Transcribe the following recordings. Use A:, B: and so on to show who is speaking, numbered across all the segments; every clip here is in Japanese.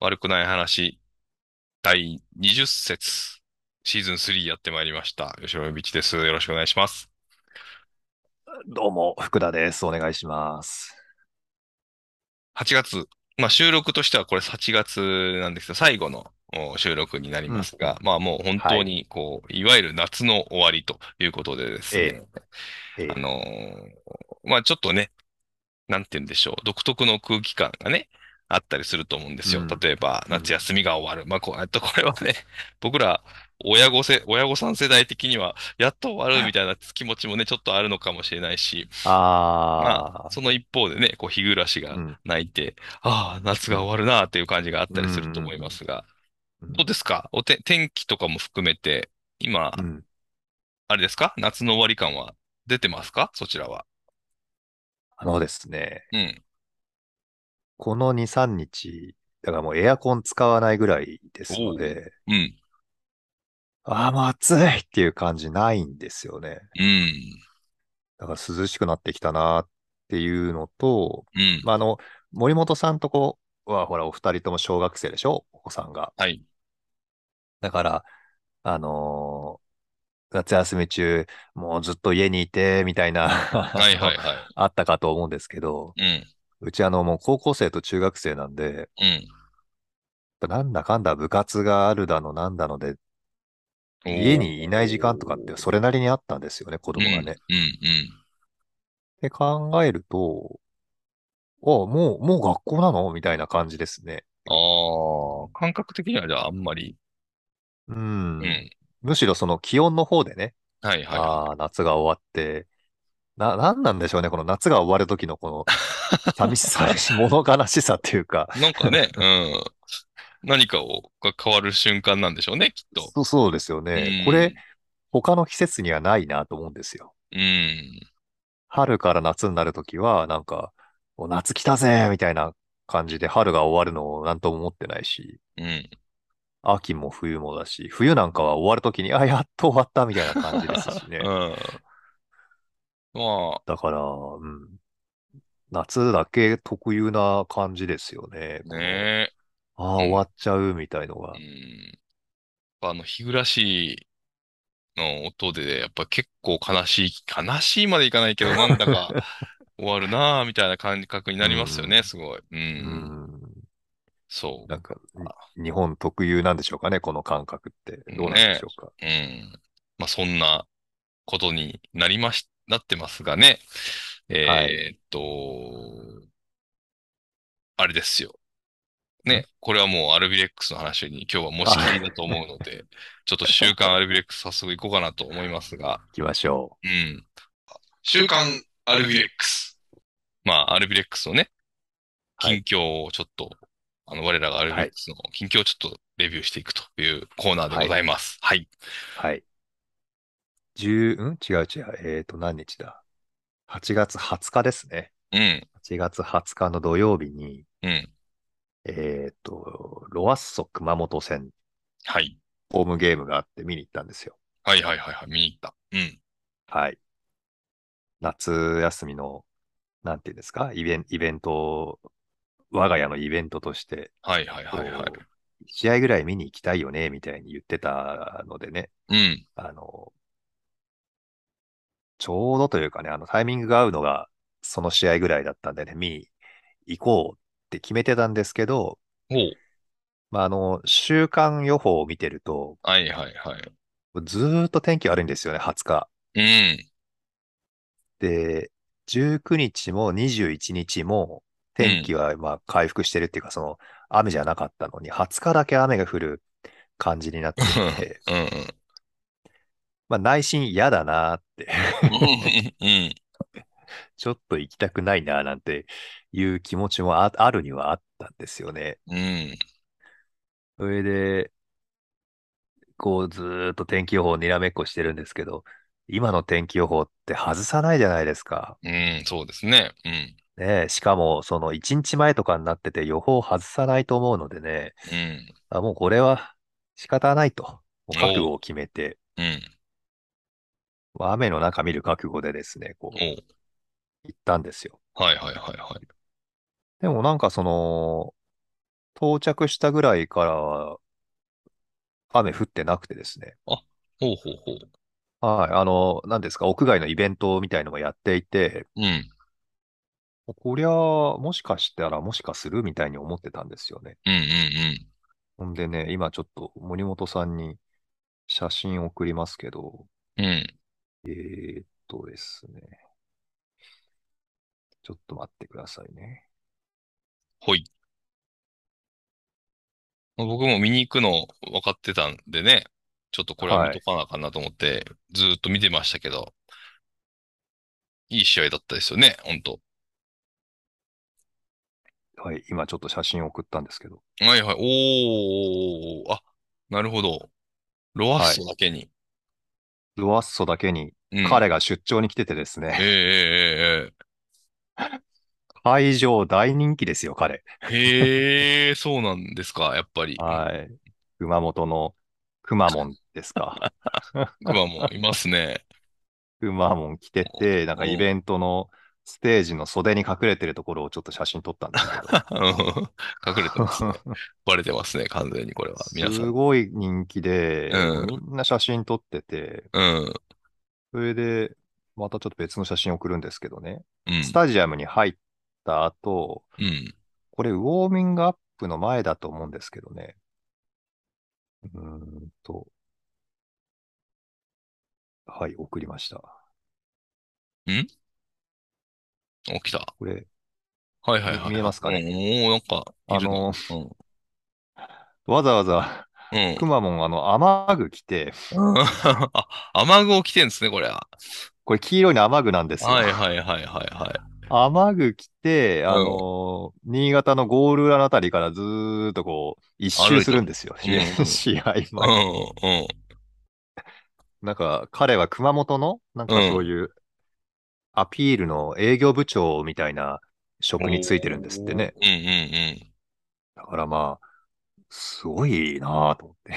A: 悪くない話、第20節、シーズン3やってまいりました。吉野道です。よろしくお願いします。
B: どうも、福田です。お願いします。
A: 8月、まあ収録としてはこれ8月なんですけど、最後のお収録になりますが、まあもう本当に、こう、いわゆる夏の終わりということでですね、
B: ええええ
A: あのーまあちょっとね、なんて言うんでしょう、独特の空気感がね、あったりすると思うんですよ。
B: うん
A: 例えば、
B: うん
A: 夏休みが終わる。まあこう、えっと、これはね、僕ら、親御せ、親御さん世代的には、やっと終わるみたいな気持ちもね、ちょっとあるのかもしれないし、ま
B: あ
A: あ、その一方でね、こう、日暮らし
B: あ、
A: が
B: うん
A: 泣いて、ああ、夏が終わるなっていう感じがあったりすると思いますが、
B: うん
A: どうですかおて、天気とかも含めて、今
B: う、ん
A: あれですか夏の終わり感は出てますかそちらは。
B: あのですね、
A: うん。
B: この2、3日、だからもうエアコン使わないぐらいですので、
A: うん。
B: ああ、もう暑いっていう感じないんですよね。
A: うん。
B: だから涼しくなってきたなっていうのと、
A: うん。
B: まあ、あの、森本さんとこは、ほら、お二人とも小学生でしょお子さんが。
A: はい。
B: だから、あのー夏休み中、もうずっと家にいて、みたいな、
A: はいはいは
B: あったかと思うんですけど、
A: い。うん。
B: うちあのもう高校生と中学生なんで、やっ
A: うん。
B: ぱなんだかんだ部活があるだのなんだので、
A: おー
B: 家にいない時間とかってそれなりにあったんですよね、子供がね。っ
A: うん。うん。
B: て考えると、あ、もう、もう学校なのみたいな感じですね。
A: ああ、感覚的にはじゃああんまり。
B: うん
A: う。ん。
B: むしろその気温の方でね、
A: はいは
B: ああ、夏が終わって、な、なんなんでしょうね、この夏が終わる時の この寂しさ、物悲しさっていうか、
A: い。なんかね、うん。何かをが変わる瞬間なんでしょうね、きっと。
B: そう、そうですよね。これ、他の季節にはないなと思うんですよ。
A: うん。うん。
B: 春から夏になるときは、なんか、お夏来たぜみたいな感じで春が終わるのをなんとも思ってないし、
A: うん。
B: 秋も冬もだし、冬なんかは終わるときに、あ、やっと終わったみたいな感じですしね。
A: うん。まあ、
B: だから、うん。夏だけ特有な感じですよね。この
A: ね
B: ああ、終わっちゃうみたいのが
A: え。う。ん。あの、日暮らしの音で、やっぱ結構悲しい、悲しいまでいかないけ ど、なんだか終わるなぁ、みたいな感覚になりますよね、
B: うん
A: すごい。う。
B: うんん。
A: そう。
B: なんか、に日本特有なんでしょうかね、この感覚って。どうなんでしょうか。
A: うん。まあ、そんなことになりまし、なってますがね。
B: はい
A: えーっと、あれですよ。ね、これはもうアルビレックスの話に今日は持ちきりだと思うの で、ちょっと週刊アルビレックス早速行こうかなと思いますが、
B: 行きましょ
A: うん。週刊アルビレックス。まあ、アルビレックスのね、
B: はい
A: 近況をちょっと、あの、我らがアルビレックスの近況をちょっとレビューしていくというコーナーでございます。はい。
B: う。はい。十、ん違う違う。えっと、何日だ ?8 月20日ですね。
A: うん。
B: 8月20日の土曜日に、
A: うん。
B: えっと、ロアッソ熊本戦、
A: はい。
B: ホームゲームがあって見に行ったんですよ。
A: はいはいはいはい。見に行った。うん。
B: はい。夏休みの、なんていうんですかイベン、イベントを、我が家のイベントとして、
A: はいはいはいはい。
B: こう一試合ぐらい見に行きたいよね、みたいに言ってたのでね、
A: うん。
B: あの、ちょうどというかね、あのタイミングが合うのが、その試合ぐらいだったんでね、見に行こうって決めてたんですけど、
A: ほう。
B: まあ、あの、週間予報を見てると、
A: はいはいはい。
B: ずーっと天気悪いんですよね、20日。
A: うん。
B: で、19日も21日も、天気はまあ回復してるっていうか、その、雨じゃなかったのに、20日だけ雨が降る感じになってい て、
A: うん
B: まあ内心嫌だなーって、
A: うん。うん。
B: ちょっと行きたくないなーなんていう気持ちもあ、あるにはあったんですよね。
A: うん。
B: それで、こうずーっと天気予報をにらめっこしてるんですけど、今の天気予報って外さないじゃないですか。
A: うん。そうですね。うん。
B: ねえ、しかも、その1日前とかになってて予報外さないと思うのでね、
A: うん。
B: あ、もうこれは仕方ないと、もう覚悟を決めて、
A: うん。
B: まあ雨の中見る覚悟でですね、こう、
A: おう。
B: 行ったんですよ。
A: はいはいはいはい。
B: でもなんかその、到着したぐらいから、雨降ってなくてですね。
A: ほうほうほう。
B: はい。あの、何ですか、屋外のイベントみたいのもやっていて、
A: うん、
B: こりゃ、もしかしたら、もしかするみたいに思ってたんですよね。
A: うん、うん、
B: ほんでね、今ちょっと森本さんに写真送りますけど、
A: うん。うん。
B: えーっとですね。ちょっと待ってくださいね。
A: ほい。まあ僕も見に行くの分かってたんでね、ちょっとこれは見とかなあかんなと思って、ずーっと見てましたけど、いい試合だったですよね、ほんと。
B: はい。今ちょっと写真送ったんですけど。
A: はいはい。おー、あ、なるほど。ロアッソだけに。
B: ロアッソだけに
A: うん。
B: 彼が出張に来ててですね
A: え。え
B: 会場大人気ですよ、彼。
A: ええええへえ、そうなんですか、やっぱり。
B: はい。熊本のくまモンです か。
A: クマもいますね。
B: くまモン来てて、なんかイベントのステージの袖に隠れてるところをちょっと写真撮ったんです
A: うん隠れてます ね。
B: けど。
A: バレてますね、完全にこれは。 皆さ
B: す
A: ん。
B: ごい人気で、
A: うん
B: みんな写真撮ってて、
A: うん。
B: それで、またちょっと別の写真送るんですけどね。
A: うん
B: ス。タジアムに入った後、
A: うん。
B: これウォーミングアップの前だと思うんですけどね。うーんと。はい、送りました。
A: 起きた。
B: これ、
A: はいはいはい。
B: 見えますかね
A: うんもうなんか、い
B: あ
A: るな。
B: の、
A: うん。
B: わざわざ、
A: うん
B: くまモン、あの、雨具着て、
A: うん。 あ、雨具を着てんですね、これは。
B: これ黄色いの雨具なんですよ。
A: はいはいはいはいはい。
B: 雨具着て、あの、新潟のゴール裏のあたりからずーっとこう、一周するんですよ。
A: 歩いてる
B: 試合
A: う
B: 前。
A: ん、うん。
B: なんか、彼は熊本の、なんかそういう、アピールの営業部長みたいな職についてるんですってね。
A: うんうんうん。
B: だからまあ、すごいなぁと思って。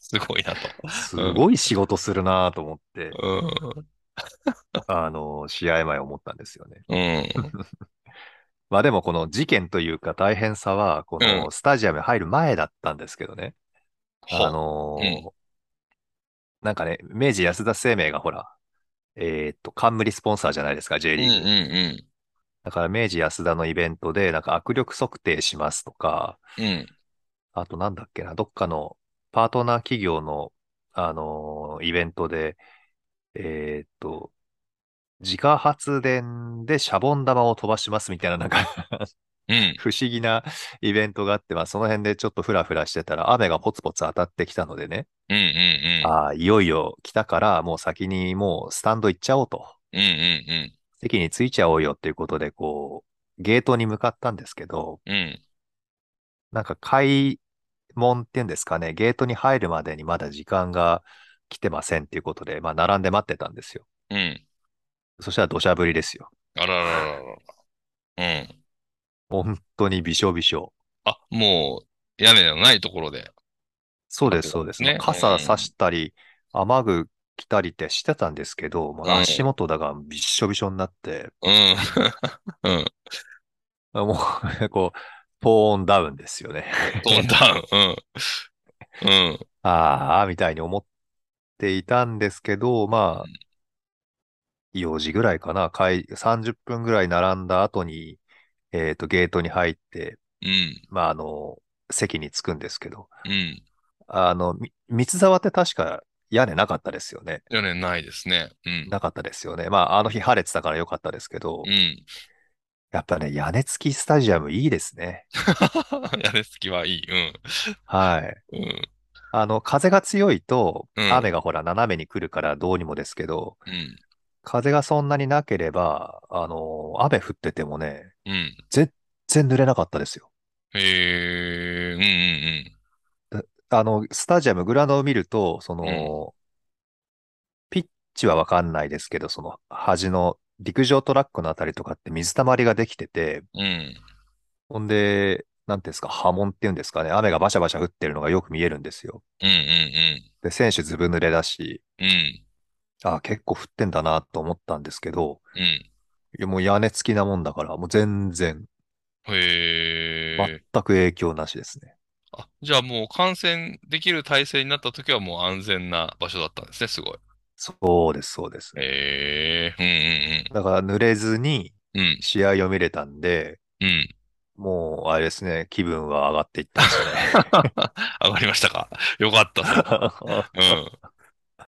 A: すごいなと。
B: すごい仕事するなぁと思って、
A: うん。
B: あの、試合前思ったんですよね。
A: うん。
B: まあでもこの事件というか大変さは、こ
A: う
B: のスタジアムに入る前だったんですけどね。あのーなんかね、明治安田生命がほら、えーっと、冠スポンサーじゃないですか、J
A: うんう
B: リ
A: ん
B: ーグ。
A: う
B: だから明治安田のイベントで、なんか握力測定しますとか、
A: ん。うん。
B: あとなんだっけな、どっかのパートナー企業の、あのーイベントで、えーっと、自家発電でシャボン玉を飛ばしますみたいな、なんか
A: うん。
B: 不思議なイベントがあって、まあその辺でちょっとフラフラしてたら雨がポツポツ当たってきたのでね、
A: うんうんうん。
B: ああ、いよいよ来たから、もう先にもうスタンド行っちゃおうと、
A: うんうん
B: 席に着いちゃおうよっていうことで、こう、ゲートに向かったんですけど、
A: うん。うん。
B: なんか開門っていうんですかね、ゲートに入るまでにまだ時間が来てませんっていうことで、まあ、並んで待ってたんですよ。
A: うん。
B: そしたら土砂降りですよ。
A: あららららら。うん。
B: 本当にびしょびしょ。
A: あ、もう、屋根のないところで。
B: そうです、そうです。
A: ね
B: まあ傘さしたり、雨具着たりってしてたんですけど、もう
A: うん
B: 足元だがびっしょびしょになって、
A: うん。うん。
B: もう、こう、トーンダウンですよね。
A: トンダウン。うん。うん。
B: ああ、みたいに思っていたんですけど、まあ、4時ぐらいかな、開30分ぐらい並んだ後に、えっと、ゲートに入って、
A: うん。
B: まあ、あの、席に着くんですけど、
A: うん。
B: あの、み三沢って確か屋根なかったですよね。
A: 屋根ないですね。うん。
B: なかったですよね。まあ、あの日晴れてたから良かったですけど
A: う、ん。
B: やっぱね、屋根付きスタジアムいいですね。
A: 屋根付きはいい。うん。
B: はい。
A: うん。
B: あの、風が強いと、
A: うん
B: 雨がほら、斜めに来るからどうにもですけど、
A: うん。
B: 風がそんなになければ、あの、雨降っててもね、
A: うん。
B: 全然濡れなかったですよ。
A: へえ。うん
B: あの、スタジアム、グラウンドを見ると、その、ピッチはわかんないですけど、その端の陸上トラックのあたりとかって水たまりができてて、
A: うんうん。うん。
B: ほんで、なんていうんですか、波紋っていうんですかね、雨がバシャバシャ降ってるのがよく見えるんですよ。
A: うんうん
B: で、選手ずぶ濡れだし、
A: うん。うん。
B: あ、結構降ってんだなと思ったんですけど、
A: うん。
B: いやもう屋根付きなもんだから、もう全然、
A: へへ
B: 全
A: え。
B: く影響なしですね。
A: あ、じゃあもう感染できる体制になった時はもう安全な場所だったんですね、すごい。
B: そうです、そうです。
A: へえ。
B: だから濡れずに
A: うんうん
B: 試合を見れたんで、
A: うん。うん。
B: もうあれですね、気分は上がっていったんですよね。
A: 上がりましたか。よかった。うん。